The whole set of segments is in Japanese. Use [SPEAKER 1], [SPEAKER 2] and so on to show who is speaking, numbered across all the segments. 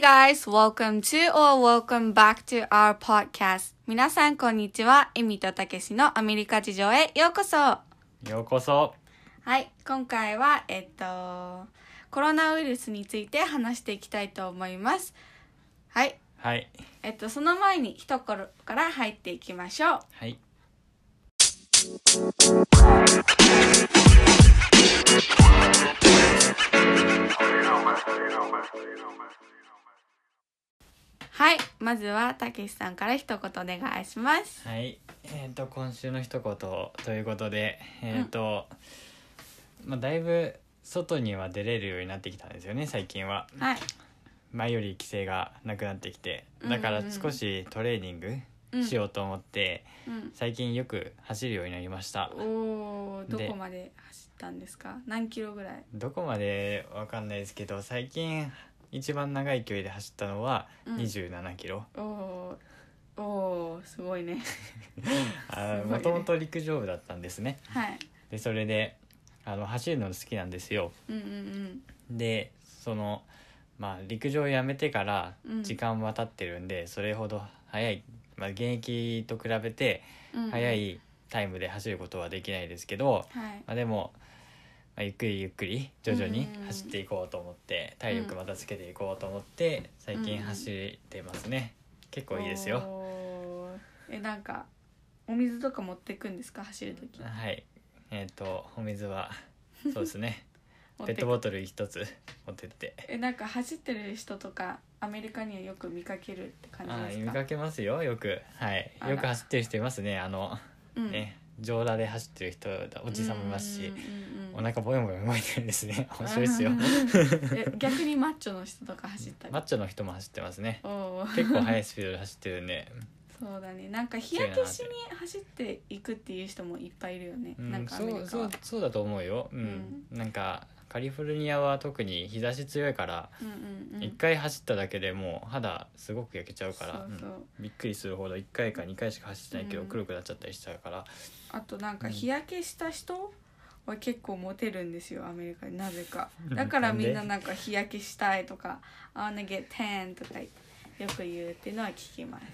[SPEAKER 1] guys, welcome to or welcome back to our podcast. 皆さん、こんにちは。エミとたけしのアメリカ事情へようこそ。は
[SPEAKER 2] ようこそ
[SPEAKER 1] い、今回は、えっと、コロナウイルスについて話していきたいと思います。はい、
[SPEAKER 2] はい
[SPEAKER 1] えっと、その前に一頃から入っていきましょう。
[SPEAKER 2] はい
[SPEAKER 1] はい、まずはたけしさんから一言お願いします。
[SPEAKER 2] はいえっ、と今週の一言ということでえっ、と、まあだいぶ外には出れるようになってきたんですよね最近は
[SPEAKER 1] はい、
[SPEAKER 2] 前より規制がなくなってきて
[SPEAKER 1] うんうん
[SPEAKER 2] だから少しトレーニン
[SPEAKER 1] う
[SPEAKER 2] グ
[SPEAKER 1] ん
[SPEAKER 2] しようと思って、
[SPEAKER 1] うん。
[SPEAKER 2] 最近よく走るようになりました
[SPEAKER 1] おー、ど
[SPEAKER 2] で
[SPEAKER 1] こまで走ったんですか何キロぐらい
[SPEAKER 2] どこまでわかんないですけど最近一番長い距離で走ったのは
[SPEAKER 1] うん
[SPEAKER 2] 2 7キロ、
[SPEAKER 1] おーおーすごいね
[SPEAKER 2] あ
[SPEAKER 1] すごいね
[SPEAKER 2] もともと陸上部だったんですね
[SPEAKER 1] はい
[SPEAKER 2] でそれであの走るの好きなんですよ
[SPEAKER 1] うんうん
[SPEAKER 2] でそのまあ陸上をやめてから
[SPEAKER 1] うん
[SPEAKER 2] 時間は経ってるんで、それほど早い、まあ、現役と比べて
[SPEAKER 1] うんうん
[SPEAKER 2] 早いタイムで走ることはできないですけど、
[SPEAKER 1] はい
[SPEAKER 2] まあ、でも、まあ、ゆっくりゆっくり徐々に
[SPEAKER 1] うん
[SPEAKER 2] 走っていこうと思って体力またつけていこうと思って最近走ってますね結構いいですよ
[SPEAKER 1] おーえなんかお水とか持ってくんですか走る時
[SPEAKER 2] はいえっ、とお水はそうですね
[SPEAKER 1] 持っ
[SPEAKER 2] ペ
[SPEAKER 1] てく
[SPEAKER 2] ットボトル一つ持ってって
[SPEAKER 1] えなんか走ってる人とかアメリカにはよく見かけるって感
[SPEAKER 2] あ
[SPEAKER 1] じ
[SPEAKER 2] 見
[SPEAKER 1] ですか
[SPEAKER 2] かけますよよくはい
[SPEAKER 1] あら
[SPEAKER 2] よく走ってる人いますねあの、
[SPEAKER 1] うん
[SPEAKER 2] ね上裸で走ってる人おじさんもいます
[SPEAKER 1] う
[SPEAKER 2] し
[SPEAKER 1] んうんうん
[SPEAKER 2] お腹ボヨボヨ動いてるんで すね面白いですよ
[SPEAKER 1] うんうんうんえ逆にマッチョの人とか走ったり、
[SPEAKER 2] マッチョの人も走ってますね
[SPEAKER 1] おおー
[SPEAKER 2] 結構速いスピードで走ってるんで、
[SPEAKER 1] そうだねなんか日焼けしに走っていくっていう人もいっぱいいるよね、
[SPEAKER 2] う
[SPEAKER 1] なん
[SPEAKER 2] ん、
[SPEAKER 1] かアメリカ
[SPEAKER 2] そう
[SPEAKER 1] は
[SPEAKER 2] そうそうだと思うよ、うんなんかカリフォルニアは特に日差し強いから
[SPEAKER 1] うんうんう
[SPEAKER 2] 一、
[SPEAKER 1] ん
[SPEAKER 2] 回走っただけでもう肌すごく焼けちゃうから
[SPEAKER 1] そうそう
[SPEAKER 2] うんびっくりするほど1回か2回しか走ってないけど
[SPEAKER 1] うん
[SPEAKER 2] 黒くなっちゃったりしたから、
[SPEAKER 1] あとなんか
[SPEAKER 2] うん
[SPEAKER 1] 日焼けした人は結構モテるんですよアメリカでなぜかだからみんな
[SPEAKER 2] なんで
[SPEAKER 1] なんか日焼けしたいとか「I wanna get tan」とかよく言うっていうのは聞きます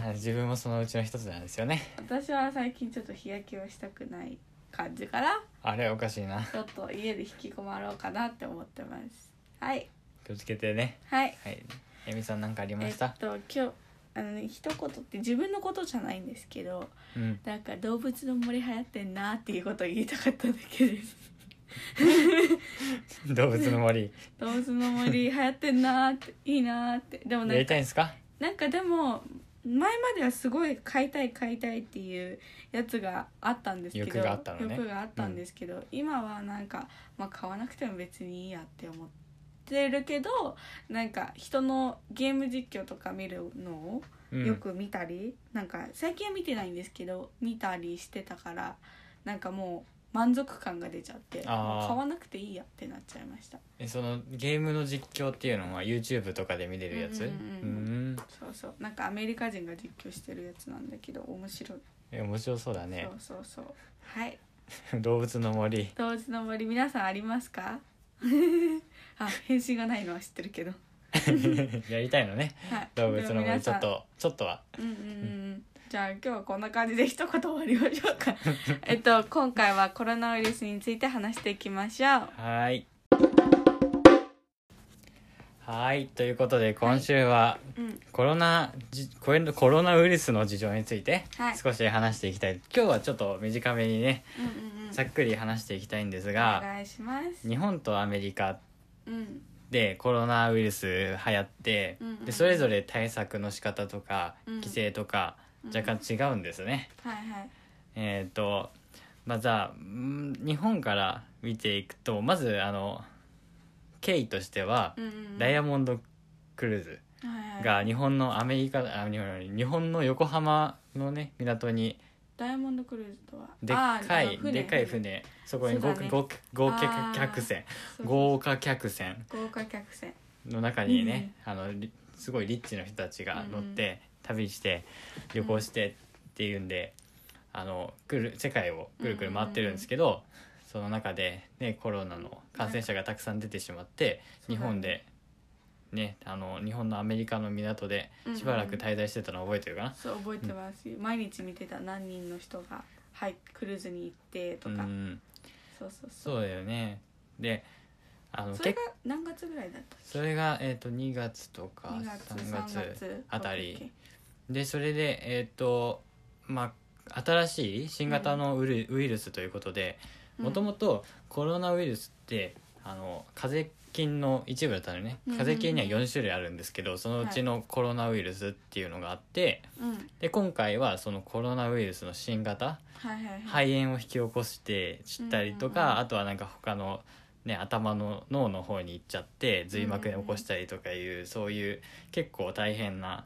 [SPEAKER 2] あ自分もそのうちの一つなんですよね
[SPEAKER 1] 私は最近ちょっと日焼けをしたくない感じから
[SPEAKER 2] あれおかしいな
[SPEAKER 1] ちょっと家で引きこもろうかなって思ってますはい
[SPEAKER 2] 気をつけてね
[SPEAKER 1] はい
[SPEAKER 2] はいえみさんなんかありま
[SPEAKER 1] え
[SPEAKER 2] し、
[SPEAKER 1] ったと今日あのね一言って自分のことじゃないんですけど
[SPEAKER 2] うん
[SPEAKER 1] なんか動物の森流行ってんなっていうことを言いたかっただけです
[SPEAKER 2] 動物の 森
[SPEAKER 1] 動物の 森流行ってんなーっていいなーってでもな
[SPEAKER 2] や
[SPEAKER 1] ん
[SPEAKER 2] り
[SPEAKER 1] か
[SPEAKER 2] たいんですか
[SPEAKER 1] なんかでも前まではすごい買いたい買いたいっていうやつがあったんですけど
[SPEAKER 2] 欲があったのね
[SPEAKER 1] 欲があったんですけど、今はなんか、まあ、買わなくても別にいいやって思ってるけどなんか人のゲーム実況とか見るのを
[SPEAKER 2] うん
[SPEAKER 1] よく見たり、なんか最近は見てないんですけど見たりしてたからなんかもう満足感が出ちゃって
[SPEAKER 2] あー
[SPEAKER 1] もう買わなくていいやってなっちゃいました
[SPEAKER 2] えそのゲームの実況っていうのは YouTube とかで見れるやつ
[SPEAKER 1] う
[SPEAKER 2] うんん
[SPEAKER 1] うんうんそうそうなんかアメリカ人が実況してるやつなんだけど面白い、
[SPEAKER 2] え面白そうだね
[SPEAKER 1] そうそうそうはい
[SPEAKER 2] 動物の 森
[SPEAKER 1] 同時の森皆さんありますか あ返信がないのは知ってるけど、
[SPEAKER 2] やりたいのね
[SPEAKER 1] はい、
[SPEAKER 2] 動物の
[SPEAKER 1] では皆
[SPEAKER 2] 森ち
[SPEAKER 1] さ
[SPEAKER 2] ょ
[SPEAKER 1] ん
[SPEAKER 2] っとちょっとは
[SPEAKER 1] うんうんうんじゃあ今日はこんな感じで一言終わりましょう かえっと今回はコロナウイルスについて話していきましょう
[SPEAKER 2] はーいはーいということで今週は、
[SPEAKER 1] うん
[SPEAKER 2] コロナじコロコロナウイルスの事情について
[SPEAKER 1] はい
[SPEAKER 2] 少し話していきたい、今日はちょっと短めにね
[SPEAKER 1] うんうんうん
[SPEAKER 2] ざっくり話していきたいんです
[SPEAKER 1] お
[SPEAKER 2] が
[SPEAKER 1] 願いします
[SPEAKER 2] 日本とアメリカ
[SPEAKER 1] うん
[SPEAKER 2] でコロナウイルス流行って、
[SPEAKER 1] うんうん
[SPEAKER 2] でそれぞれ対策の仕方とか
[SPEAKER 1] うん
[SPEAKER 2] 規制とか
[SPEAKER 1] うん
[SPEAKER 2] 若干違うんですね。
[SPEAKER 1] はいはい
[SPEAKER 2] えっ、とまあじゃあうん日本から見ていくとまずあの経緯としては、
[SPEAKER 1] うんうん
[SPEAKER 2] ダイヤ
[SPEAKER 1] モ
[SPEAKER 2] モンドクルーズ
[SPEAKER 1] ン
[SPEAKER 2] が日本のアメリカあ日本日本の横浜のね港に
[SPEAKER 1] ダイヤモンドクルーズとは
[SPEAKER 2] でっ
[SPEAKER 1] あー
[SPEAKER 2] か
[SPEAKER 1] あの
[SPEAKER 2] いでっかい船そこに
[SPEAKER 1] そう
[SPEAKER 2] 豪
[SPEAKER 1] だね
[SPEAKER 2] 豪豪華
[SPEAKER 1] あー
[SPEAKER 2] 客船
[SPEAKER 1] そうそう
[SPEAKER 2] 豪華客船
[SPEAKER 1] 豪華客船
[SPEAKER 2] の中にね、あのりすごいリッチな人たちが乗って、旅して旅行してっていうんで、あのくる世界をぐるぐる回ってるんですけど、その中で、ね、コロナの感染者がたくさん出てしまって、
[SPEAKER 1] そう
[SPEAKER 2] 日
[SPEAKER 1] だね
[SPEAKER 2] 本で、ねあの日本のアメリカの港で
[SPEAKER 1] うん
[SPEAKER 2] しばらく滞在してたの覚えてるかな、
[SPEAKER 1] そう覚えてます、毎日見てた何人の人が、はい、クルーズに行ってと
[SPEAKER 2] うん
[SPEAKER 1] か、そうそうそう
[SPEAKER 2] そうだよねであの
[SPEAKER 1] それ
[SPEAKER 2] け
[SPEAKER 1] が何月ぐらいだった
[SPEAKER 2] それが、えー、と2月とか
[SPEAKER 1] 2
[SPEAKER 2] 3
[SPEAKER 1] 月
[SPEAKER 2] 月
[SPEAKER 1] 3月
[SPEAKER 2] あたりでそれでえっ、とまあ新しい新型のウルウイルスということでもと
[SPEAKER 1] も
[SPEAKER 2] もとコロナウイルスってあの風邪菌の一部だったのよね
[SPEAKER 1] うんうんうん
[SPEAKER 2] 風邪菌には4種類あるんですけどそのうちのコロナウイルスっていうのがあって
[SPEAKER 1] うん、うん
[SPEAKER 2] で今回はそのコロナウイルスの新型
[SPEAKER 1] はいはいはい、
[SPEAKER 2] 肺炎を引き起こして散ったりと
[SPEAKER 1] うんうんう
[SPEAKER 2] か
[SPEAKER 1] ん
[SPEAKER 2] あとはなんか他のね頭の脳の方に行っちゃって髄膜炎起こしたりとかいうそういう結構大変な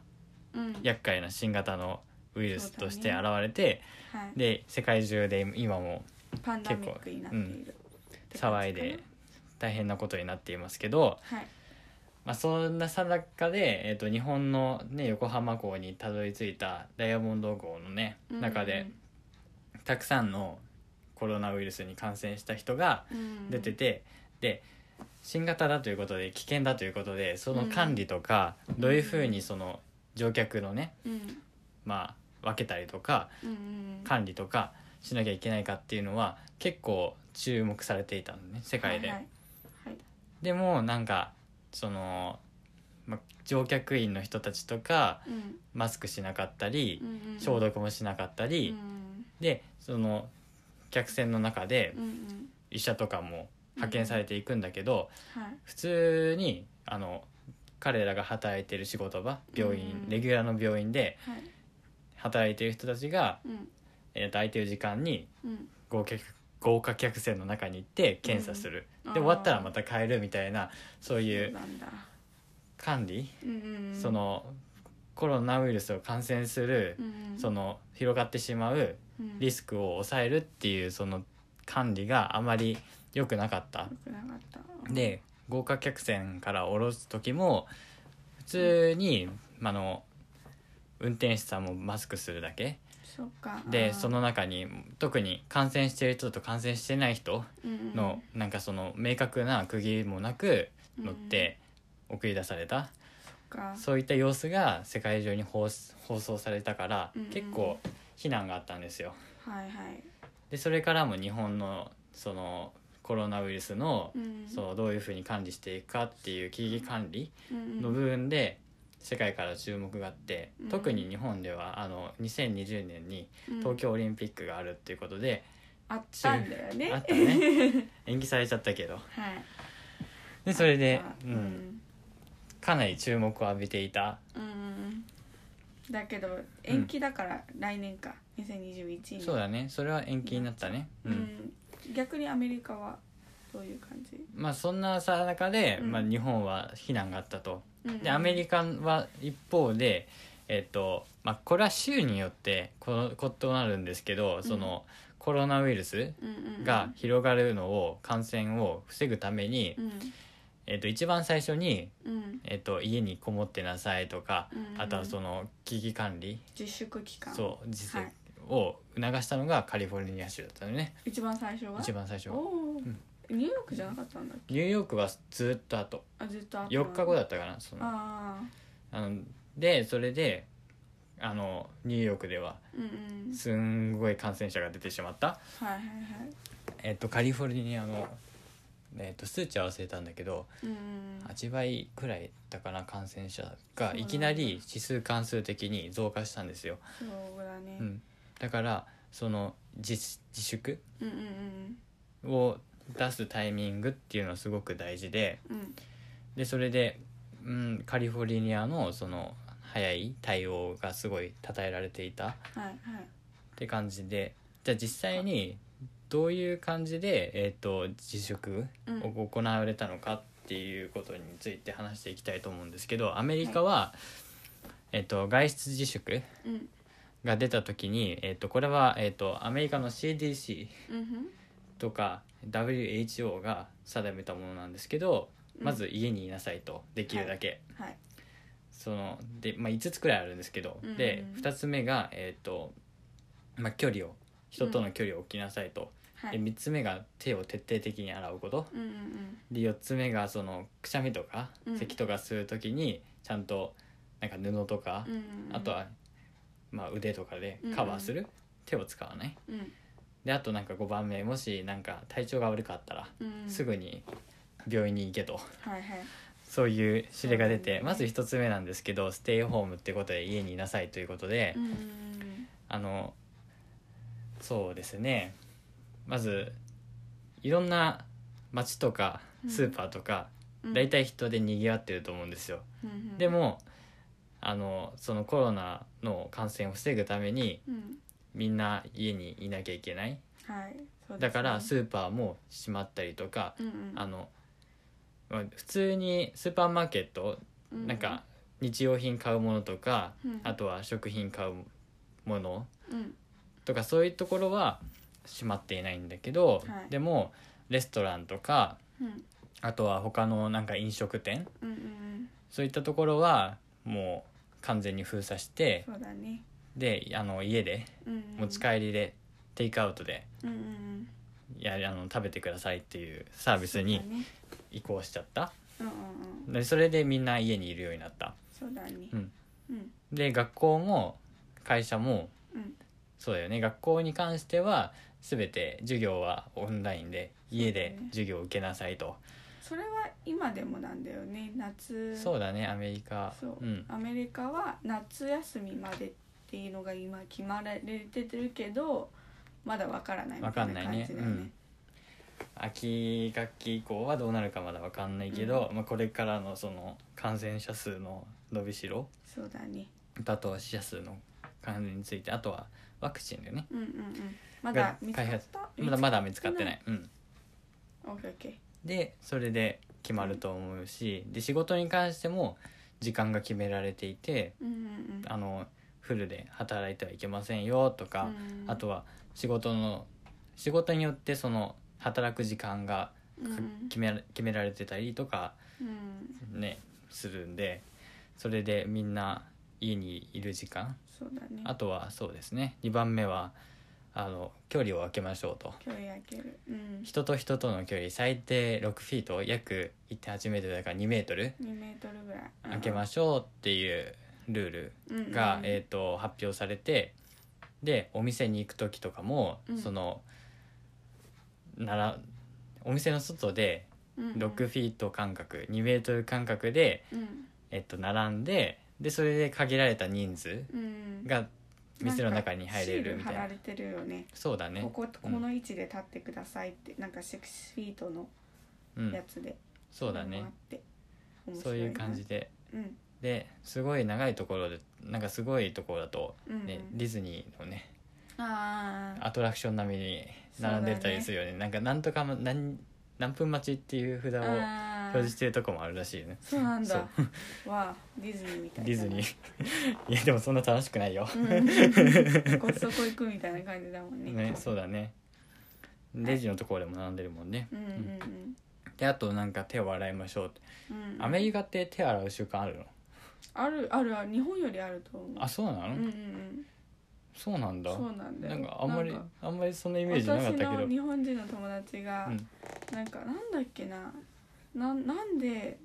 [SPEAKER 1] うん
[SPEAKER 2] 厄介な新型のウイルスとして
[SPEAKER 1] そ
[SPEAKER 2] 現
[SPEAKER 1] うだ
[SPEAKER 2] れて、
[SPEAKER 1] はい、
[SPEAKER 2] で世界中で今も
[SPEAKER 1] パンダミックになっているって感
[SPEAKER 2] 騒
[SPEAKER 1] じ
[SPEAKER 2] い
[SPEAKER 1] かな
[SPEAKER 2] で大変なことになっていますけど、
[SPEAKER 1] はい
[SPEAKER 2] まあ、そんなさなかで、えー、と日本の、ね、横浜港にたどり着いたダイヤモンド号のね
[SPEAKER 1] うん
[SPEAKER 2] 中でたくさんのコロナウイルスに感染した人が
[SPEAKER 1] うん
[SPEAKER 2] 出てて、で新型だということで危険だということでその管理とか、どういうふうにその乗客のね、
[SPEAKER 1] うん
[SPEAKER 2] まあ、分けたりとか
[SPEAKER 1] うんうん
[SPEAKER 2] 管理とかしなきゃいけないかっていうのは結構注目されていたのね世界で、
[SPEAKER 1] はいはい
[SPEAKER 2] でもなんかその、ま、乗客員の人たちとか
[SPEAKER 1] うん
[SPEAKER 2] マスクしなかったり
[SPEAKER 1] う、んうん
[SPEAKER 2] 消毒もしなかった
[SPEAKER 1] うん
[SPEAKER 2] り、でその客船の中で
[SPEAKER 1] うんうん
[SPEAKER 2] 医者とかも派遣されていくんだけど、
[SPEAKER 1] はい
[SPEAKER 2] 普通にあの彼らが働いてる仕事場病院、
[SPEAKER 1] うん
[SPEAKER 2] レギュラーの病院で
[SPEAKER 1] はい
[SPEAKER 2] 働いてる人たちが、
[SPEAKER 1] うん
[SPEAKER 2] えーと空いてる時間に
[SPEAKER 1] うん
[SPEAKER 2] 豪華客豪華客船の中に行って検査する、
[SPEAKER 1] うん
[SPEAKER 2] で
[SPEAKER 1] あー
[SPEAKER 2] 終わったらまた帰るみたいなそうい
[SPEAKER 1] そう
[SPEAKER 2] う
[SPEAKER 1] なんだ
[SPEAKER 2] 管理、
[SPEAKER 1] うんうんうん
[SPEAKER 2] そのコロナウイルスを感染する
[SPEAKER 1] う、んうん
[SPEAKER 2] その広がってしまう
[SPEAKER 1] うん
[SPEAKER 2] リスクを抑えるっていうその管理があまり良くなかった
[SPEAKER 1] よ。くなかった
[SPEAKER 2] で豪華客船から降ろす時も普通に、あの運転手さんもマスクするだけ
[SPEAKER 1] そっかあ
[SPEAKER 2] で
[SPEAKER 1] ー
[SPEAKER 2] その中に特に感染してる人と感染してない人の、なんかその明確な区切りもなく乗って送り出された、
[SPEAKER 1] うんうんそっか
[SPEAKER 2] そういった様子が世界中に放す放送されたから、
[SPEAKER 1] うんうん
[SPEAKER 2] 結構非難があったんですよ。
[SPEAKER 1] はいはい
[SPEAKER 2] でそれからも日本のそのコロナウイルスの、
[SPEAKER 1] うん
[SPEAKER 2] そうどういうふうに管理していくかっていう危機管理
[SPEAKER 1] うん
[SPEAKER 2] の部分で世界から注目があって、
[SPEAKER 1] うん
[SPEAKER 2] 特に日本ではあの2020年に
[SPEAKER 1] うん
[SPEAKER 2] 東京オリンピックがあるっていうことで、
[SPEAKER 1] あったんだよね
[SPEAKER 2] あったね延期されちゃったけど
[SPEAKER 1] はい
[SPEAKER 2] でそれで
[SPEAKER 1] あっ、た
[SPEAKER 2] う、
[SPEAKER 1] うんん
[SPEAKER 2] かなり注目を浴びていた
[SPEAKER 1] うんうんだけど延期だから来年か2021年
[SPEAKER 2] そうだねそれは延期になったね、う
[SPEAKER 1] うんん逆にアメリカはどういう感じ
[SPEAKER 2] まあそんなさなかで、
[SPEAKER 1] うん
[SPEAKER 2] まあ、日本は非難があったとで
[SPEAKER 1] うん
[SPEAKER 2] アメリカは一方でえっとまあこれは州によってこの異なるんですけどその、コロナウイルス
[SPEAKER 1] うんうんうん
[SPEAKER 2] が広がるのを感染を防ぐために、
[SPEAKER 1] うん
[SPEAKER 2] えっと一番最初に、
[SPEAKER 1] うん
[SPEAKER 2] えっと家にこもってなさいとか、
[SPEAKER 1] うん
[SPEAKER 2] あとはその危機管理
[SPEAKER 1] 自粛期間
[SPEAKER 2] そう自
[SPEAKER 1] は
[SPEAKER 2] 炊
[SPEAKER 1] い
[SPEAKER 2] を促したのがカリフォルニア州だったのね
[SPEAKER 1] 一番最初は
[SPEAKER 2] 一番最初
[SPEAKER 1] おお
[SPEAKER 2] ん
[SPEAKER 1] ニューヨークじゃなかったんだっけ
[SPEAKER 2] ニューヨークはずっと後
[SPEAKER 1] あずっと後
[SPEAKER 2] 4日後だったかなその
[SPEAKER 1] ああ
[SPEAKER 2] あのでそれであのニューヨークでは
[SPEAKER 1] うんうん
[SPEAKER 2] すんごい感染者が出てしまった、
[SPEAKER 1] はいはいはい
[SPEAKER 2] えっとカリフォルニアの、えっと数値は忘れたんだけど
[SPEAKER 1] うんうん
[SPEAKER 2] 8倍くらいだかな感染者
[SPEAKER 1] そうなん
[SPEAKER 2] が
[SPEAKER 1] だ
[SPEAKER 2] いきなり指数関数的に増加したんですよ、
[SPEAKER 1] そうだね
[SPEAKER 2] うん、だからその自自粛
[SPEAKER 1] うんうんうん
[SPEAKER 2] を出すタイミングっていうのはすごく大事で
[SPEAKER 1] うん
[SPEAKER 2] でそれで、うん、カリフォルニアのその早い対応がすごい称えられていたっ
[SPEAKER 1] はいはい
[SPEAKER 2] て感じでじゃあ実際にどういう感じで、えー、と自粛
[SPEAKER 1] うん
[SPEAKER 2] を行われたのかっていうことについて話していきたいと思うんですけどアメリカは、えー、と外出自粛
[SPEAKER 1] うん
[SPEAKER 2] が出た時に、えー、とこれは、えー、とアメリカの CDC
[SPEAKER 1] うんふん
[SPEAKER 2] とか WHO が定めたものなんですけど
[SPEAKER 1] うん
[SPEAKER 2] まず家にいなさいとできるだけ、
[SPEAKER 1] はい
[SPEAKER 2] そので、まあ、5つくらいあるんですけど、
[SPEAKER 1] うんうん
[SPEAKER 2] で2つ目がえっ、と、まあ、距離を人との距離を置きなさいと、
[SPEAKER 1] は
[SPEAKER 2] で
[SPEAKER 1] い
[SPEAKER 2] 3つ目が手を徹底的に洗うこと
[SPEAKER 1] うんうん
[SPEAKER 2] で4つ目がそのくしゃみとか
[SPEAKER 1] うん
[SPEAKER 2] 咳とかする時にちゃんとなんか布とか
[SPEAKER 1] うん、うんうん
[SPEAKER 2] あとは、まあ、腕とかでカバーする、手を使わない
[SPEAKER 1] うん
[SPEAKER 2] であとなんか5番目もしなんか体調が悪かったら
[SPEAKER 1] うんうん
[SPEAKER 2] すぐに病院に行けと、
[SPEAKER 1] はいはい
[SPEAKER 2] そういう指令が出
[SPEAKER 1] そうだ
[SPEAKER 2] て、
[SPEAKER 1] ね
[SPEAKER 2] まず1つ目なんですけどステイホームってことで家にいなさいということで、
[SPEAKER 1] うんうん
[SPEAKER 2] あのそうですねまずいろんな街とか
[SPEAKER 1] うん
[SPEAKER 2] スーパーとか、
[SPEAKER 1] うん
[SPEAKER 2] 大体人で賑わってると思うんですよ、
[SPEAKER 1] うんうん
[SPEAKER 2] でもあのそのコロナの感染を防ぐために
[SPEAKER 1] うん
[SPEAKER 2] みんな家にいなきゃいけない
[SPEAKER 1] はいそうですね
[SPEAKER 2] だからスーパーも閉まったりとか、
[SPEAKER 1] うんうん
[SPEAKER 2] あのまあ普通にスーパーマーケット
[SPEAKER 1] う
[SPEAKER 2] なんか日用品買うものとか、
[SPEAKER 1] うん
[SPEAKER 2] あとは食品買うもの
[SPEAKER 1] うん
[SPEAKER 2] とかそういうところは閉まっていないんだけど、
[SPEAKER 1] はい
[SPEAKER 2] でもレストランとか
[SPEAKER 1] うん
[SPEAKER 2] あとは他のなんか飲食店
[SPEAKER 1] うんうん
[SPEAKER 2] そういったところはもう完全に封鎖して
[SPEAKER 1] そうだね
[SPEAKER 2] であの家で
[SPEAKER 1] うんうん
[SPEAKER 2] 持ち帰りで、テイクアウトで
[SPEAKER 1] うんうんうん
[SPEAKER 2] いやあの食べてくださいっていうサービスに
[SPEAKER 1] そうだね
[SPEAKER 2] 移行しちゃった
[SPEAKER 1] うんうんうん
[SPEAKER 2] でそれでみんな家にいるようになった
[SPEAKER 1] そうだね
[SPEAKER 2] うん
[SPEAKER 1] うん
[SPEAKER 2] で学校も会社も
[SPEAKER 1] うん
[SPEAKER 2] そうだよね学校に関しては全て授業はオンラインで家
[SPEAKER 1] そう
[SPEAKER 2] で
[SPEAKER 1] だね
[SPEAKER 2] 授業を受けなさいと
[SPEAKER 1] それは今でもなんだよね夏
[SPEAKER 2] そうだねアメリカ
[SPEAKER 1] そう
[SPEAKER 2] うん
[SPEAKER 1] アメリカは夏休みまでっていうのが今決まられてるけどまだわからないみ
[SPEAKER 2] わ
[SPEAKER 1] た
[SPEAKER 2] か
[SPEAKER 1] い
[SPEAKER 2] んな
[SPEAKER 1] ない感
[SPEAKER 2] ね
[SPEAKER 1] じだ
[SPEAKER 2] う
[SPEAKER 1] よね
[SPEAKER 2] ん秋学期以降はどうなるかまだわかんないけど、まあ、これからのその感染者数の伸びしろ
[SPEAKER 1] そうだね
[SPEAKER 2] あとは死者数の関連についてあとはワクチンだよね
[SPEAKER 1] うんうんうんまだ見つかった
[SPEAKER 2] まだまだ見つかってない、うん、
[SPEAKER 1] オッケーオッケー
[SPEAKER 2] でそれで決まると思うしで仕事に関しても時間が決められていて
[SPEAKER 1] うんうん
[SPEAKER 2] あのフルで働いてはいけませんよと
[SPEAKER 1] う
[SPEAKER 2] か、
[SPEAKER 1] ん
[SPEAKER 2] あとは仕事の仕事によってその働く時間が
[SPEAKER 1] うんう
[SPEAKER 2] か
[SPEAKER 1] ん
[SPEAKER 2] 決めら決められてたりとか
[SPEAKER 1] うん
[SPEAKER 2] ねするんでそれでみんな家にいる時間
[SPEAKER 1] そうだね
[SPEAKER 2] あとはそうですね2番目はあの距離を空けましょうと
[SPEAKER 1] 今日焼けるうん
[SPEAKER 2] 人と人との距離最低6フィート約1.8メートルだから2メートル
[SPEAKER 1] 2メートルぐらい
[SPEAKER 2] 空けましょうっていうルール
[SPEAKER 1] うん
[SPEAKER 2] が
[SPEAKER 1] う、ん
[SPEAKER 2] えー、と発表されてでお店に行く時とかも、
[SPEAKER 1] うん
[SPEAKER 2] そのならお店の外で
[SPEAKER 1] うん
[SPEAKER 2] 6フィート間隔2メートル間隔で、
[SPEAKER 1] うん
[SPEAKER 2] えっと並んででそれで限られた人数
[SPEAKER 1] うん
[SPEAKER 2] が店の中に入れるみ
[SPEAKER 1] なんか
[SPEAKER 2] たい
[SPEAKER 1] シ
[SPEAKER 2] な
[SPEAKER 1] ール貼られてるよね
[SPEAKER 2] そうだ
[SPEAKER 1] こ
[SPEAKER 2] ね、
[SPEAKER 1] ここの位置で立ってくださいって、なんか6フィートの
[SPEAKER 2] うん
[SPEAKER 1] や、つで、
[SPEAKER 2] そうだね
[SPEAKER 1] あって面
[SPEAKER 2] そ
[SPEAKER 1] 白
[SPEAKER 2] う
[SPEAKER 1] いな
[SPEAKER 2] いう感じで
[SPEAKER 1] うん
[SPEAKER 2] ですごい長いところでなんかすごいところだと、
[SPEAKER 1] うん
[SPEAKER 2] ねディズニーのね
[SPEAKER 1] ああ
[SPEAKER 2] アトラクション並みに並んでたりするよねなんかなんとかも何何分待ちっていう札を表
[SPEAKER 1] あ
[SPEAKER 2] 示してるとこもあるらしいよね
[SPEAKER 1] そうなんだわあディズニーみた
[SPEAKER 2] デ
[SPEAKER 1] い
[SPEAKER 2] ィズニー いやでもそんな楽しくないよ、
[SPEAKER 1] ー、うん、コストコ行くみたいな感じだもんね
[SPEAKER 2] ね、そうだねレジのところでも並んでるもんね
[SPEAKER 1] うんうん
[SPEAKER 2] であとなんか手を洗いましょうって
[SPEAKER 1] うんうん
[SPEAKER 2] アメリカって手洗う習慣あるの
[SPEAKER 1] あるあるある日本よりあると思う
[SPEAKER 2] あそうな
[SPEAKER 1] う
[SPEAKER 2] の、
[SPEAKER 1] んうんうん
[SPEAKER 2] そうなんだ
[SPEAKER 1] そうなんだよ
[SPEAKER 2] なんかあんまり
[SPEAKER 1] なんか
[SPEAKER 2] あんまりそんなイメージなかったけ
[SPEAKER 1] 私
[SPEAKER 2] ど
[SPEAKER 1] の日本人の友達が、
[SPEAKER 2] うん
[SPEAKER 1] なんかなんだっけなななんで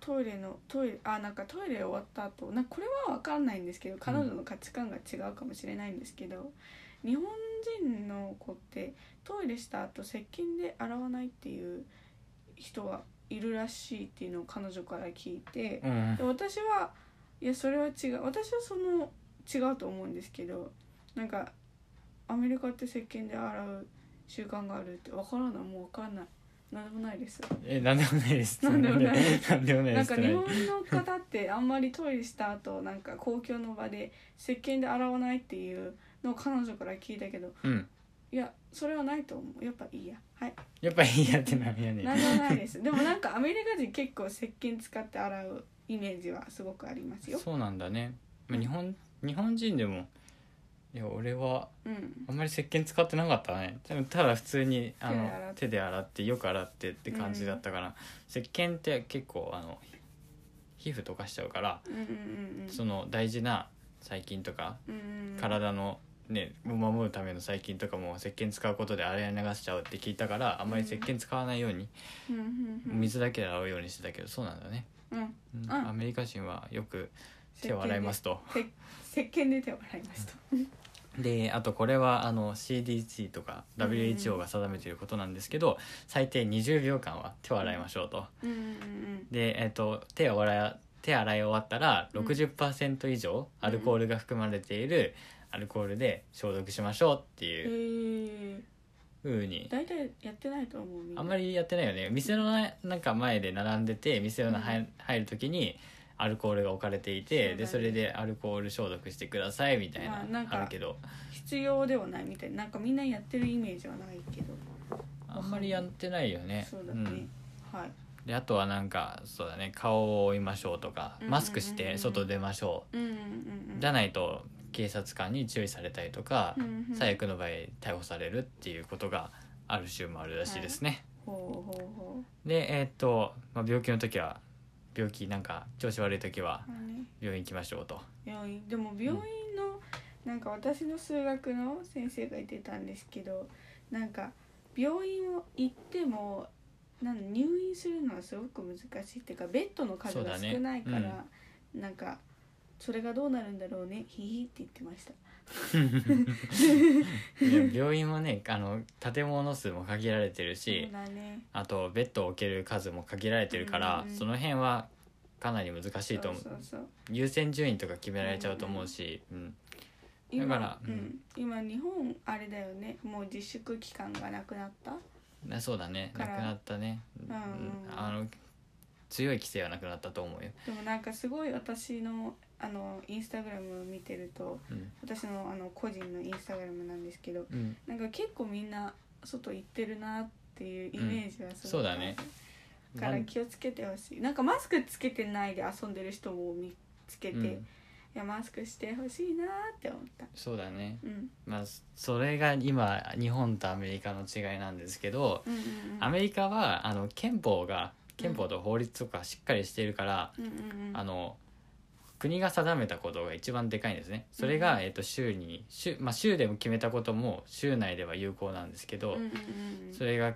[SPEAKER 1] トイレのトイレあなんかトイレ終わった後なんかこれは分かんないんですけど彼女の価値観が違うかもしれないんですけど、日本人の子ってトイレした後石鹸で洗わないっていう人がいるらしいっていうのを彼女から聞いて、
[SPEAKER 2] うん
[SPEAKER 1] で私はいやそれは違う私はその違うと思うんですけどなんかアメリカって石鹸で洗う習慣があるって分からないもう分かんないなんでもないです
[SPEAKER 2] えなんでもないです
[SPEAKER 1] なんでもない
[SPEAKER 2] なんでもない
[SPEAKER 1] な
[SPEAKER 2] で
[SPEAKER 1] ん
[SPEAKER 2] す
[SPEAKER 1] か
[SPEAKER 2] って
[SPEAKER 1] 日
[SPEAKER 2] 何
[SPEAKER 1] 本の方ってあ んまりトイレした後なんか公共の場で石鹸で洗わないっていうのを彼女から聞いたけど
[SPEAKER 2] うん
[SPEAKER 1] いやそれはないと思うやっぱいいやはい
[SPEAKER 2] やっぱいいやってなるよね
[SPEAKER 1] なんでもないですでもなんかアメリカ人結構石鹸使って洗うイメージはすごくありますよ
[SPEAKER 2] そうなんだね、まあ
[SPEAKER 1] うん
[SPEAKER 2] 日本日本人でもいや俺は
[SPEAKER 1] うん
[SPEAKER 2] あんまり石鹸使ってなかったねでもただ普通にあの
[SPEAKER 1] 手で洗って
[SPEAKER 2] 手で洗ってよく洗ってって感じだったから、石鹸って結構あの皮膚とかしちゃうから、
[SPEAKER 1] うんうんうんうん
[SPEAKER 2] その大事な細菌とか
[SPEAKER 1] うんうんうん
[SPEAKER 2] 体のね、守るための細菌とかも石鹸使うことで洗い流しちゃうって聞いたからあんまり石鹸使わないように、
[SPEAKER 1] うんうんうん
[SPEAKER 2] 水だけで洗うようにしてたけどそうなんだね、
[SPEAKER 1] うん
[SPEAKER 2] うん
[SPEAKER 1] ん
[SPEAKER 2] アメリカ人はよく手を洗いますと
[SPEAKER 1] せ石鹸で手を洗いますと
[SPEAKER 2] であとこれはあの CDC とか
[SPEAKER 1] うん
[SPEAKER 2] WHO が定めていることなんですけど、最低20秒間は手を洗いましょうと。
[SPEAKER 1] うんうん
[SPEAKER 2] で、えっと手を洗い手洗い終わったら
[SPEAKER 1] うん
[SPEAKER 2] 60%以上アルコールが含まれているアルコールで消毒しましょうって
[SPEAKER 1] え
[SPEAKER 2] いう
[SPEAKER 1] ー、
[SPEAKER 2] 風に
[SPEAKER 1] 大体やってないと思うみんな
[SPEAKER 2] あんまりやってないよね店のななんか前で並んでて店の入入る時にアルコールが置かれていて
[SPEAKER 1] そうだね
[SPEAKER 2] でそれでアルコール消毒してくださいみたい
[SPEAKER 1] ま
[SPEAKER 2] な
[SPEAKER 1] あなんか
[SPEAKER 2] あるけど
[SPEAKER 1] 必要ではないみたいななんかみんなやってるイメージはないけど、
[SPEAKER 2] あんまりやってないよね。
[SPEAKER 1] そうだ
[SPEAKER 2] う
[SPEAKER 1] ね
[SPEAKER 2] ん、
[SPEAKER 1] はい
[SPEAKER 2] であとはなんかそうだね顔を追いましょうとか
[SPEAKER 1] うん
[SPEAKER 2] マスクし
[SPEAKER 1] うん
[SPEAKER 2] て外出ましょ
[SPEAKER 1] うんうんう
[SPEAKER 2] うんじゃないと警察官に注意されたりとか
[SPEAKER 1] うんうん
[SPEAKER 2] 最悪の場合逮捕されるっていうことがある週もあるらしいですね。
[SPEAKER 1] ほうほうほ
[SPEAKER 2] でえーっと、まあ、病気の時は病気なんか調子悪い時は
[SPEAKER 1] う、まあね、
[SPEAKER 2] 病院行きましょうと。
[SPEAKER 1] 病院でも病院のなんか私の数学の先生が言ってたんですけどなんか病院を行ってもなん入院するのはすごく難しいっていうかベッドの数が
[SPEAKER 2] そうだね
[SPEAKER 1] 少ないから、なんかそれがどうなるんだろうねヒヒって言ってました。
[SPEAKER 2] で病院もねあ の建物数も限られてるし
[SPEAKER 1] そうだね
[SPEAKER 2] あとベッドを置ける数も限られてるから、
[SPEAKER 1] うんうん
[SPEAKER 2] その辺はかなり難しいと思う
[SPEAKER 1] そうそうそう
[SPEAKER 2] 優先順位とか決められちゃうと思うし、うんだから
[SPEAKER 1] 今,、う
[SPEAKER 2] うん
[SPEAKER 1] ん、今日本あれだよねもう自粛期間がなくなった
[SPEAKER 2] なそうだね
[SPEAKER 1] か
[SPEAKER 2] な
[SPEAKER 1] ら
[SPEAKER 2] くなったね、
[SPEAKER 1] うんうん
[SPEAKER 2] あの強い規制はなくなったと思うよ、
[SPEAKER 1] でもなんかすごい私のあのインスタグラムを見てると
[SPEAKER 2] うん
[SPEAKER 1] 私のあの個人のインスタグラムなんですけど
[SPEAKER 2] うん、
[SPEAKER 1] なんか結構みんな外行ってるなっていうイメージはすごい
[SPEAKER 2] うんそうだね
[SPEAKER 1] だか
[SPEAKER 2] な
[SPEAKER 1] ら
[SPEAKER 2] ん
[SPEAKER 1] 気をつけてほしいなんかマスクつけてないで遊んでる人も見つけて、
[SPEAKER 2] うん
[SPEAKER 1] いやマスクしてほしいなって思った
[SPEAKER 2] そうだね
[SPEAKER 1] うん
[SPEAKER 2] まあそれが今日本とアメリカの違いなんですけど、
[SPEAKER 1] うんうんうん
[SPEAKER 2] アメリカはあの憲法が憲法と法律とかしっかりしているから、
[SPEAKER 1] うんうんうん
[SPEAKER 2] あの国が定めたことが一番でかいんですねそれが、
[SPEAKER 1] うん
[SPEAKER 2] えっと州に州,、まあ、州でも決めたことも州内では有効なんですけど、
[SPEAKER 1] うんうんうんうん
[SPEAKER 2] それが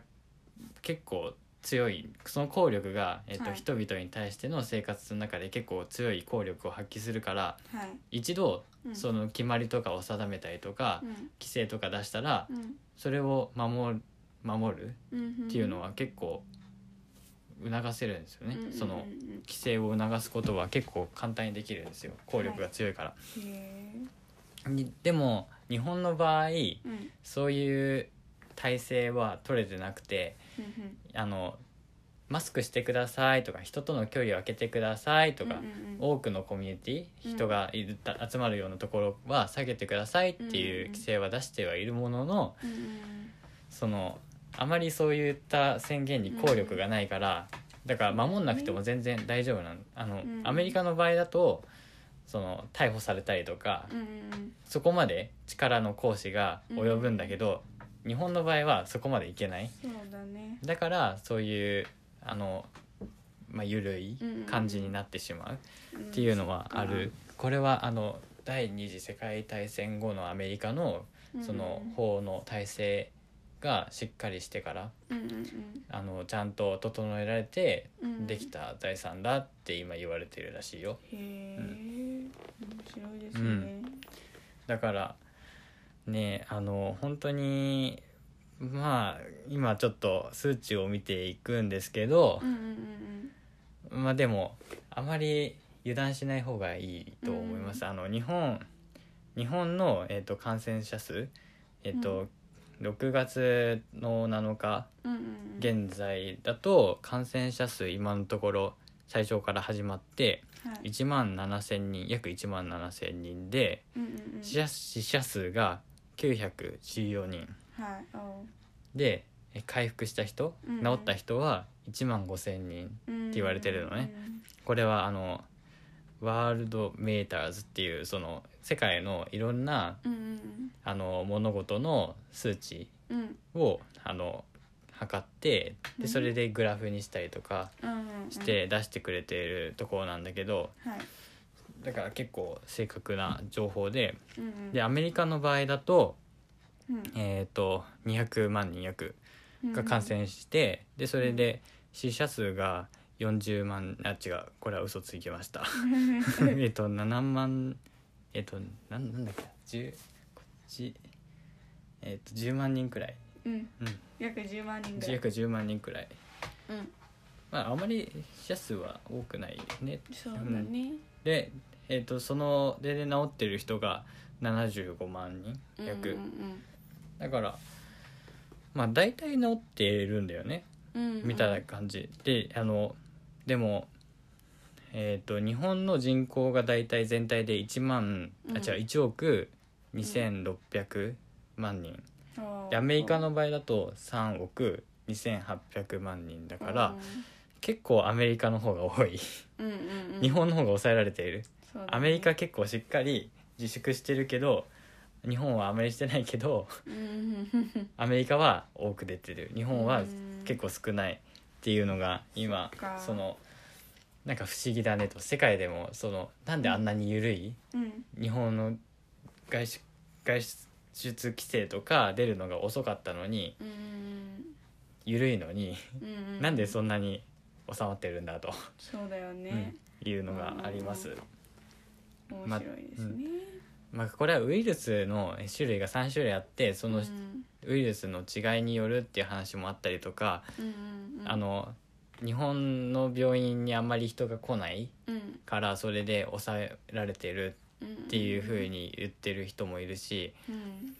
[SPEAKER 2] 結構強いその効力が、えっと
[SPEAKER 1] はい
[SPEAKER 2] 人々に対しての生活の中で結構強い効力を発揮するから
[SPEAKER 1] はい、
[SPEAKER 2] 一度
[SPEAKER 1] うん、
[SPEAKER 2] その決まりとかを定めたりとか、
[SPEAKER 1] うん
[SPEAKER 2] 規制とか出したら
[SPEAKER 1] うん
[SPEAKER 2] それを守る守る
[SPEAKER 1] うんうん
[SPEAKER 2] っていうのは結構促せるんですよね、
[SPEAKER 1] うんうんうん
[SPEAKER 2] その規制を促すことは結構簡単にできるんですよ効力が強いから、
[SPEAKER 1] へ
[SPEAKER 2] にでも日本の場合
[SPEAKER 1] ーうん
[SPEAKER 2] そういう体制は取れてなくて
[SPEAKER 1] うん
[SPEAKER 2] あのマスクしてくださいとか人との距離を空けてくださいと
[SPEAKER 1] う
[SPEAKER 2] か、
[SPEAKER 1] んうんうん
[SPEAKER 2] 多くのコミュニティ
[SPEAKER 1] うん
[SPEAKER 2] 人がいるた集まるようなところは下げてくださいって
[SPEAKER 1] うんうん
[SPEAKER 2] いう
[SPEAKER 1] うん
[SPEAKER 2] 規制は出してはいるものの、
[SPEAKER 1] うんうん
[SPEAKER 2] そのあまりそういった宣言に効力がないから、だから守んなくても全然大丈夫なのあの、
[SPEAKER 1] うん
[SPEAKER 2] アメリカの場合だとその逮捕されたりとか、
[SPEAKER 1] うんうん
[SPEAKER 2] そこまで力の行使が及ぶんだけど、日本の場合はそこまでいけない
[SPEAKER 1] そうだね
[SPEAKER 2] だからそういうあの、まあ、緩い感じになってしまうっていうのはある、これはあの第二次世界大戦後のアメリカのその法の体制がしっかりしてから
[SPEAKER 1] うんうんうん
[SPEAKER 2] あのちゃんと整えられて
[SPEAKER 1] うんうん
[SPEAKER 2] できた財産だって今言われてるらしいよ
[SPEAKER 1] へえ面白いです
[SPEAKER 2] う
[SPEAKER 1] ね
[SPEAKER 2] んだからねあの本当にまあ今ちょっと数値を見ていくんですけど
[SPEAKER 1] うんうんうん
[SPEAKER 2] まあでもあまり油断しない方がいいと思います。あの日本日本の、えっと感染者数、えっと6月の7日
[SPEAKER 1] うんうんうん
[SPEAKER 2] 現在だと感染者数今のところ最初から始まって
[SPEAKER 1] はい
[SPEAKER 2] 1万7,000人約1万7,000人で
[SPEAKER 1] うんうんうん
[SPEAKER 2] 死者死者数が914人
[SPEAKER 1] はいお
[SPEAKER 2] でえ回復した人
[SPEAKER 1] うん
[SPEAKER 2] 治った人は1万5,000人
[SPEAKER 1] うん
[SPEAKER 2] って言われてるのねこれはあのワールドメーターズっていうその世界のいろんな
[SPEAKER 1] うんうん
[SPEAKER 2] あの物事の数値
[SPEAKER 1] うんうん
[SPEAKER 2] をあの測って
[SPEAKER 1] うん
[SPEAKER 2] でそれでグラフにしたりとか
[SPEAKER 1] うんうんうん
[SPEAKER 2] して出してくれているところなんだけど
[SPEAKER 1] はい
[SPEAKER 2] だから結構正確な情報で
[SPEAKER 1] うんうん
[SPEAKER 2] でアメリカの場合だと,、
[SPEAKER 1] うん
[SPEAKER 2] えー、と200万人約が感染して、でそれで死者数が40万あ違うこれは嘘ついてました えっと7万えっとなんなんだっけ10こっちえっと10万人くらい、
[SPEAKER 1] うん
[SPEAKER 2] うん、
[SPEAKER 1] 約10万人ぐらい
[SPEAKER 2] 約10万人くらい
[SPEAKER 1] うん
[SPEAKER 2] まああまり死者数は多くないよね
[SPEAKER 1] そうだね
[SPEAKER 2] でえっ、とそのでで治ってる人が75万人約、
[SPEAKER 1] うん
[SPEAKER 2] だからまあ大体治っているんだよね
[SPEAKER 1] うんうん
[SPEAKER 2] みたいな感じ、であのでもえっ、と日本の人口が大体全体で1万、
[SPEAKER 1] うん
[SPEAKER 2] あ違う1億2600万人、
[SPEAKER 1] あ
[SPEAKER 2] で
[SPEAKER 1] ー
[SPEAKER 2] アメリカの場合だと3億2800万人だから、結構アメリカの方が多い
[SPEAKER 1] うんうんうん
[SPEAKER 2] 日本の方が抑えられている
[SPEAKER 1] そうだね
[SPEAKER 2] アメリカ結構しっかり自粛してるけど日本はあまりしてないけど
[SPEAKER 1] うんうんうん
[SPEAKER 2] アメリカは多く出てる日本は結
[SPEAKER 1] 構
[SPEAKER 2] 構少ないっていうのが今
[SPEAKER 1] そっか
[SPEAKER 2] そのなんか不思議だねと世界でもそのなんであんなに緩い
[SPEAKER 1] うん
[SPEAKER 2] 日本の外出外出規制とか出るのが遅かったのに
[SPEAKER 1] うん
[SPEAKER 2] 緩いのに
[SPEAKER 1] うんうん
[SPEAKER 2] なんでそんなに収まってるんだと
[SPEAKER 1] そうだよね
[SPEAKER 2] いうのがあります。ん
[SPEAKER 1] 面白いですね
[SPEAKER 2] まあ、これはウイルスの種類が3種類あってその
[SPEAKER 1] うん
[SPEAKER 2] ウイルスの違いによるっていう話もあったりとか、
[SPEAKER 1] うんうんうん
[SPEAKER 2] あの日本の病院にあんまり人が来ない
[SPEAKER 1] うん
[SPEAKER 2] からそれで抑えられてる
[SPEAKER 1] っ
[SPEAKER 2] っていうふうに言ってる人もいるし
[SPEAKER 1] うん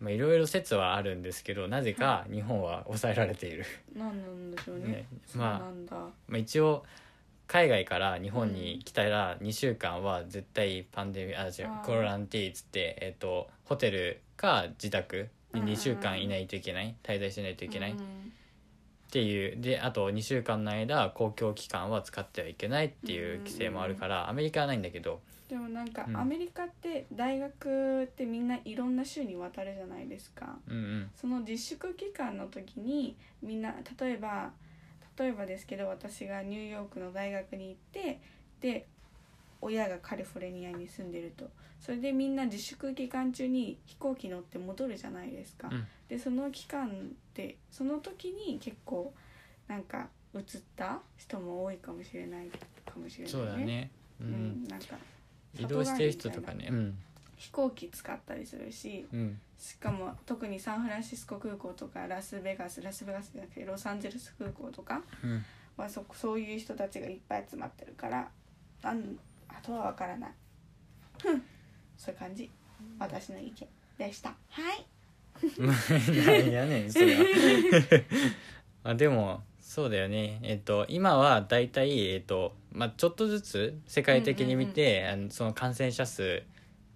[SPEAKER 2] まあいろいろ説はあるんですけどなぜか日本は抑えられている。
[SPEAKER 1] 何なんでしょうね
[SPEAKER 2] ね
[SPEAKER 1] そうな
[SPEAKER 2] まあ
[SPEAKER 1] んだ
[SPEAKER 2] まあ、一応海外から日本に来たら2週間は絶対パンデミあ違
[SPEAKER 1] あー
[SPEAKER 2] うコロナンティーっつって、えっとホテルか自宅に2週間いないといけない滞在しないといけないっ
[SPEAKER 1] うん
[SPEAKER 2] ていうであと2週間の間公共機関は使ってはいけないっていう規制もあるからアメリカはないんだけど
[SPEAKER 1] でもなんか
[SPEAKER 2] うん
[SPEAKER 1] アメリカって大学ってみんないろんな州に渡るじゃないですか
[SPEAKER 2] うんうん
[SPEAKER 1] その自粛期間の時にみんな例えば例えばですけど私がニューヨークの大学に行ってで親がカリフォルニアに住んでるとそれでみんな自粛期間中に飛行機乗って戻るじゃないですか、
[SPEAKER 2] うん
[SPEAKER 1] でその期間ってその時に結構なんか移った人も多いかもしれないかもしれない
[SPEAKER 2] そうだね、う
[SPEAKER 1] うんん、なんか
[SPEAKER 2] 移動してる人とかねうん
[SPEAKER 1] 飛行機使ったりするし
[SPEAKER 2] うん
[SPEAKER 1] しかも特にサンフランシスコ空港とかラスベガスラスベガスじゃなくてロサンゼルス空港とか
[SPEAKER 2] うん
[SPEAKER 1] はそそういう人たちがいっぱい集まってるからなんあとは分からないふんそういう感じ私の意見でしたはい
[SPEAKER 2] 何やねんそれは あでもそうだよねえっと今はだいたいえっとまあちょっとずつ世界的に見て、あのその感染者数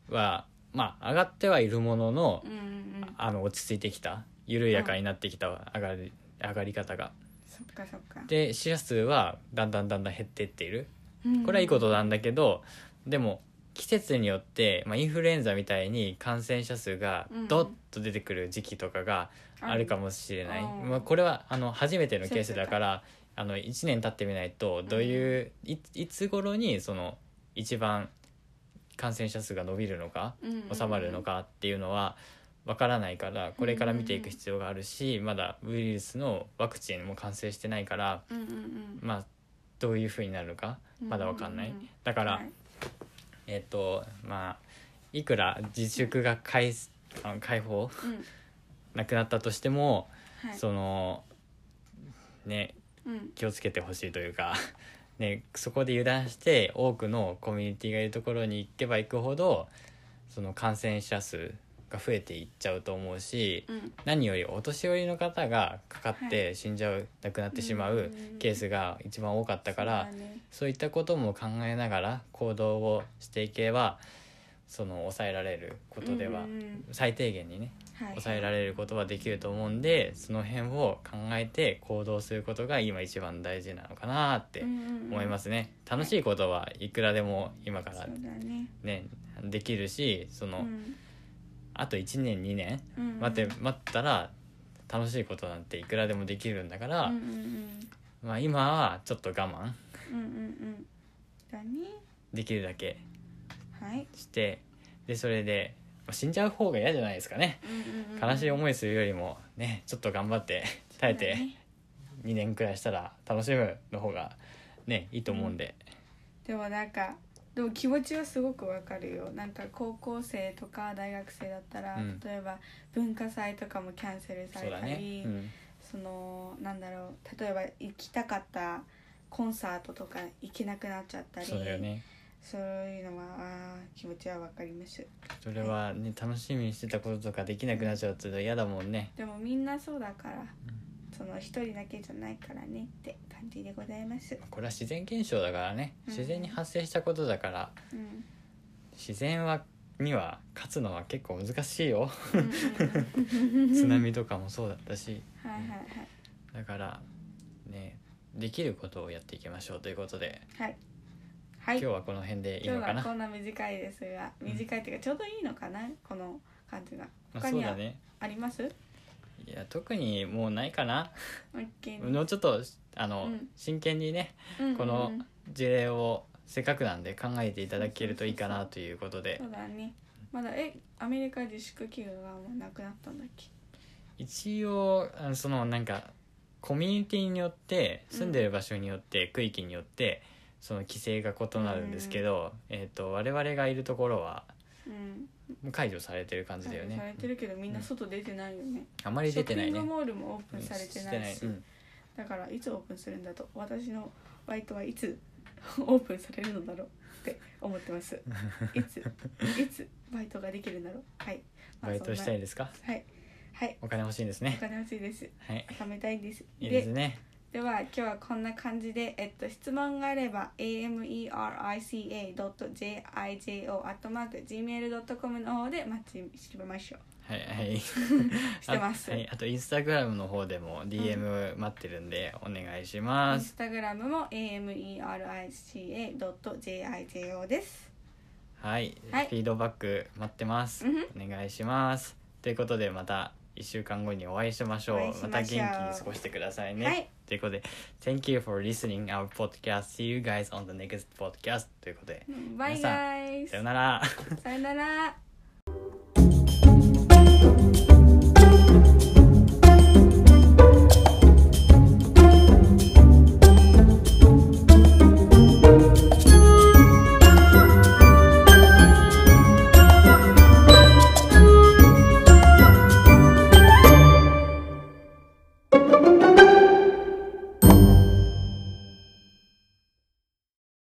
[SPEAKER 2] はまあ上がってはいるものの、
[SPEAKER 1] うんうんうん
[SPEAKER 2] あの落ち着いてきた緩やかになってきた上がり上がり方が
[SPEAKER 1] そっかそっか
[SPEAKER 2] で死者数はだんだんだんだん減ってっている
[SPEAKER 1] うん
[SPEAKER 2] これはいいことなんだけどでも季節によって、まあ、インフルエンザみたいに感染者数がドッと出てくる時期とかが、あるかもしれない、
[SPEAKER 1] うん
[SPEAKER 2] まあ、これはあの初めてのケースだからあの1年経ってみないとどういう、いいつ頃にその一番感染者数が伸びるのか
[SPEAKER 1] うんうんうん
[SPEAKER 2] 収まるのかっていうのはわからないからこれから見ていく必要があるしまだウイルスのワクチンも完成してないから
[SPEAKER 1] うんうんうん
[SPEAKER 2] まあどういうふうになるのかまだわかんない
[SPEAKER 1] うんうんうん
[SPEAKER 2] だから、
[SPEAKER 1] はい
[SPEAKER 2] えっとまあいくら自粛が解すあの解放
[SPEAKER 1] うん
[SPEAKER 2] なくなったとしても
[SPEAKER 1] はい
[SPEAKER 2] そのね
[SPEAKER 1] うん
[SPEAKER 2] 気をつけてほしいというか、 ね、そこで油断して多くのコミュニティがいるところに行けば行くほどその感染者数が増えていっちゃうと思うし
[SPEAKER 1] うん
[SPEAKER 2] 何よりお年寄りの方がかかって死んじゃう、亡くなってしまうケースが一番多かったから、
[SPEAKER 1] そうだね
[SPEAKER 2] そういったことも考えながら行動をしていけばその抑えられることでは、
[SPEAKER 1] うんうん
[SPEAKER 2] 最低限にね
[SPEAKER 1] はい、
[SPEAKER 2] 抑えられることはできると思うんでその辺を考えて行動することが今一番大事なのかなって思いますすね、楽しいことはいくらでも今か
[SPEAKER 1] うんうん
[SPEAKER 2] ら
[SPEAKER 1] そうだね、
[SPEAKER 2] ねできるしその、
[SPEAKER 1] うん
[SPEAKER 2] あと1年2年
[SPEAKER 1] うんうん
[SPEAKER 2] 待って待ったら楽しいことなんていくらでもできるんだから、
[SPEAKER 1] うんうんうん
[SPEAKER 2] まあ今はちょっと我慢
[SPEAKER 1] うんうんうんだね
[SPEAKER 2] できるだけ
[SPEAKER 1] はい、
[SPEAKER 2] してでそれで、まあ、死んじゃう方が嫌じゃないですかね悲しい
[SPEAKER 1] い
[SPEAKER 2] 思いするよりもねちょっと頑張って耐えて2年くらいしたら楽しむの方がねいいと思うんで、
[SPEAKER 1] でもなんかでも気持ちはすごくわかるよなんか高校生とか大学生だったら、
[SPEAKER 2] うん
[SPEAKER 1] 例えば文化祭とかもキャンセルさ
[SPEAKER 2] そ
[SPEAKER 1] れ
[SPEAKER 2] うだ
[SPEAKER 1] たり
[SPEAKER 2] ね、
[SPEAKER 1] そ,、
[SPEAKER 2] うん、
[SPEAKER 1] のなんだろう例えば行きたかったコンサートとか行けなくなっちゃったり
[SPEAKER 2] そうだよね
[SPEAKER 1] そういうのはあー気持ちはわかります
[SPEAKER 2] それはね楽しみにしてたこととかできなくなっちゃうと嫌だもんね
[SPEAKER 1] でもみんなそうだから、その一人だけじゃないからねって感じでございます
[SPEAKER 2] これは自然現象だからね
[SPEAKER 1] うん
[SPEAKER 2] 自然に発生したことだから
[SPEAKER 1] うんうん
[SPEAKER 2] 自然はには勝つのは結構難しい よ
[SPEAKER 1] うんうん
[SPEAKER 2] 津波とかもそうだったし
[SPEAKER 1] はいはい
[SPEAKER 2] だからねできることをやっていきましょうということで、
[SPEAKER 1] はいはいはい
[SPEAKER 2] 今日はこの辺でいい
[SPEAKER 1] 今
[SPEAKER 2] の
[SPEAKER 1] 日
[SPEAKER 2] か
[SPEAKER 1] は
[SPEAKER 2] な
[SPEAKER 1] こんな短いですが
[SPEAKER 2] ん
[SPEAKER 1] 短いっていうかちょうどいいのかなこの感じが
[SPEAKER 2] まあ、
[SPEAKER 1] 他
[SPEAKER 2] そう
[SPEAKER 1] に
[SPEAKER 2] だ
[SPEAKER 1] は
[SPEAKER 2] ね
[SPEAKER 1] あります
[SPEAKER 2] いや特にもうないかな、
[SPEAKER 1] オッケー
[SPEAKER 2] もうちょっとあの、
[SPEAKER 1] うん
[SPEAKER 2] 真剣にね
[SPEAKER 1] うんうんうん
[SPEAKER 2] この事例をせっかくなんで考えていただけるといいかなということで
[SPEAKER 1] そうだねまだえアメリカ自粛期間がもうなくなったんだっけ
[SPEAKER 2] 一応あのそのなんかコミュニティによって
[SPEAKER 1] うん
[SPEAKER 2] 住んでる場所によって、区域によってその規制が異なるんですけど、えっと我々がいるところは
[SPEAKER 1] うん
[SPEAKER 2] もう解除されてる感じだよ
[SPEAKER 1] され
[SPEAKER 2] ね、
[SPEAKER 1] てるけどみんな外出てないよね
[SPEAKER 2] あまり出てない
[SPEAKER 1] ショッピ
[SPEAKER 2] ね
[SPEAKER 1] ングモールもオープンされてない
[SPEAKER 2] し
[SPEAKER 1] して
[SPEAKER 2] うん
[SPEAKER 1] だからいつオープンするんだと私のバイトはいつ オープンされるのだろうって思ってますい ついつバイトができるんだろうはい、まあ
[SPEAKER 2] バイトした
[SPEAKER 1] そ
[SPEAKER 2] い
[SPEAKER 1] ん
[SPEAKER 2] ですか
[SPEAKER 1] なはいはい
[SPEAKER 2] お金欲しいです
[SPEAKER 1] お
[SPEAKER 2] ね
[SPEAKER 1] 金欲しいです
[SPEAKER 2] はい
[SPEAKER 1] 貯めたいです
[SPEAKER 2] いいですね
[SPEAKER 1] では今日はこんな感じで、えっと、質問があれば america.jijo.gmail.com の方でマッチしてみましょう
[SPEAKER 2] は いはい
[SPEAKER 1] してます、
[SPEAKER 2] あはい、あとインスタグラムの方でも DM 待ってるんでお願いしま
[SPEAKER 1] インス
[SPEAKER 2] す、
[SPEAKER 1] タグラムも america.jijo です
[SPEAKER 2] はい、
[SPEAKER 1] はい
[SPEAKER 2] フィードバック待ってます、
[SPEAKER 1] うんふん
[SPEAKER 2] お願いしますということでまた1週間後にお会いしましょう
[SPEAKER 1] お会いし
[SPEAKER 2] ま
[SPEAKER 1] ま
[SPEAKER 2] た
[SPEAKER 1] し
[SPEAKER 2] 元
[SPEAKER 1] ょ
[SPEAKER 2] 気
[SPEAKER 1] う
[SPEAKER 2] に過ごしてくださいね、
[SPEAKER 1] はい
[SPEAKER 2] ということで Thank you for listening our podcast see you guys on the next podcast ということで
[SPEAKER 1] Bye
[SPEAKER 2] 皆さん
[SPEAKER 1] guys
[SPEAKER 2] さよなら
[SPEAKER 1] さよなら